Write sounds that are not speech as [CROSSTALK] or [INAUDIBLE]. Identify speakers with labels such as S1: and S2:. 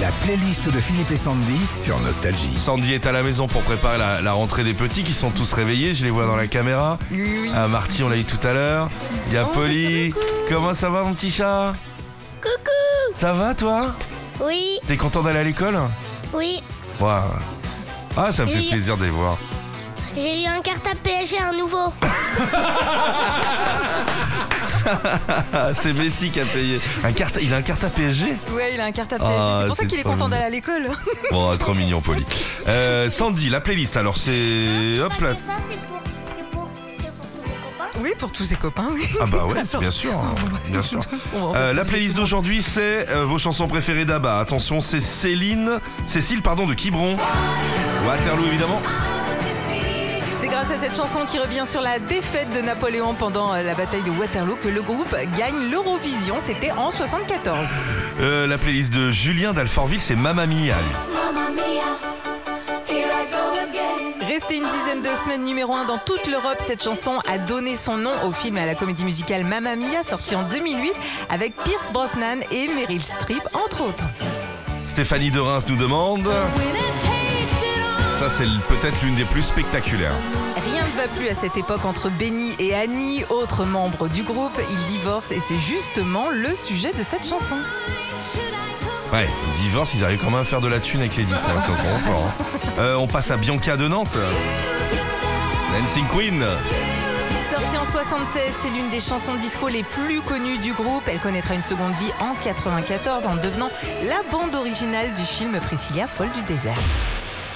S1: La playlist de Philippe et Sandy sur Nostalgie.
S2: Sandy est à la maison pour préparer la, la rentrée des petits qui sont tous réveillés, je les vois dans la caméra. Ah, Marty, on l'a eu tout à l'heure. Il y a Polly. Comment ça va mon petit chat
S3: Coucou
S2: Ça va toi
S3: Oui,
S2: T'es content d'aller à l'école
S3: oui,
S2: Waouh. Ah, ça me fait
S3: Oui.
S2: plaisir de les voir.
S3: j'ai eu un cartable PSG, un nouveau.
S2: Ah, c'est Messi qui a payé. Un carte, il a un carte à PSG
S4: Ouais, il a un carte à PSG.
S2: Ah,
S4: c'est pour ça
S2: c'est
S4: qu'il est
S2: trop
S4: content
S2: mignon.
S4: d'aller à l'école.
S2: Bon, Oh, trop mignon, Polly. Euh, Sandy, la playlist, alors c'est. Hop là.
S3: Ça, c'est pour, c'est pour, c'est pour tous mes copains.
S4: Oui, pour tous ses copains, oui.
S2: Ah bah ouais, bien sûr, bien sûr.
S4: [LAUGHS] On va-
S2: Euh, la playlist d'aujourd'hui, c'est euh, vos chansons préférées d'Abba. Attention, c'est Céline, Cécile, pardon, de Quiberon. Waterloo, évidemment.
S4: C'est grâce à cette chanson qui revient sur la défaite de Napoléon pendant euh, la bataille de Waterloo que le groupe gagne l'Eurovision. C'était en 74.
S2: Euh, la playlist de Julien d'Alfortville, c'est Mamma Mia.
S5: Mamma mia, here I go again.
S4: Restée une dizaine de semaines numéro 1 dans toute l'Europe, cette chanson a donné son nom au film et à la comédie musicale Mamma Mia, sorti en 2008 avec Pierce Brosnan et Meryl Streep, entre autres.
S2: Stéphanie de Reims nous demande.
S5: When it takes it all,
S2: Ça, c'est l- peut-être l'une des plus spectaculaires.
S4: Rien ne va plus à cette époque entre Benny et Annie, autres membres du groupe. Ils divorcent et c'est justement le sujet de cette chanson.
S5: should I come?
S2: Ouais, divorce, ils arrivent quand même à faire de la thune avec les disques. hein, c'est vraiment fort, hein. Euh, on passe à Bianca de Nantes. Dancing Queen.
S4: Sortie en 76, c'est l'une des chansons disco les plus connues du groupe. Elle connaîtra une seconde vie en 94 en devenant la bande originale du film Priscilla, folle du désert.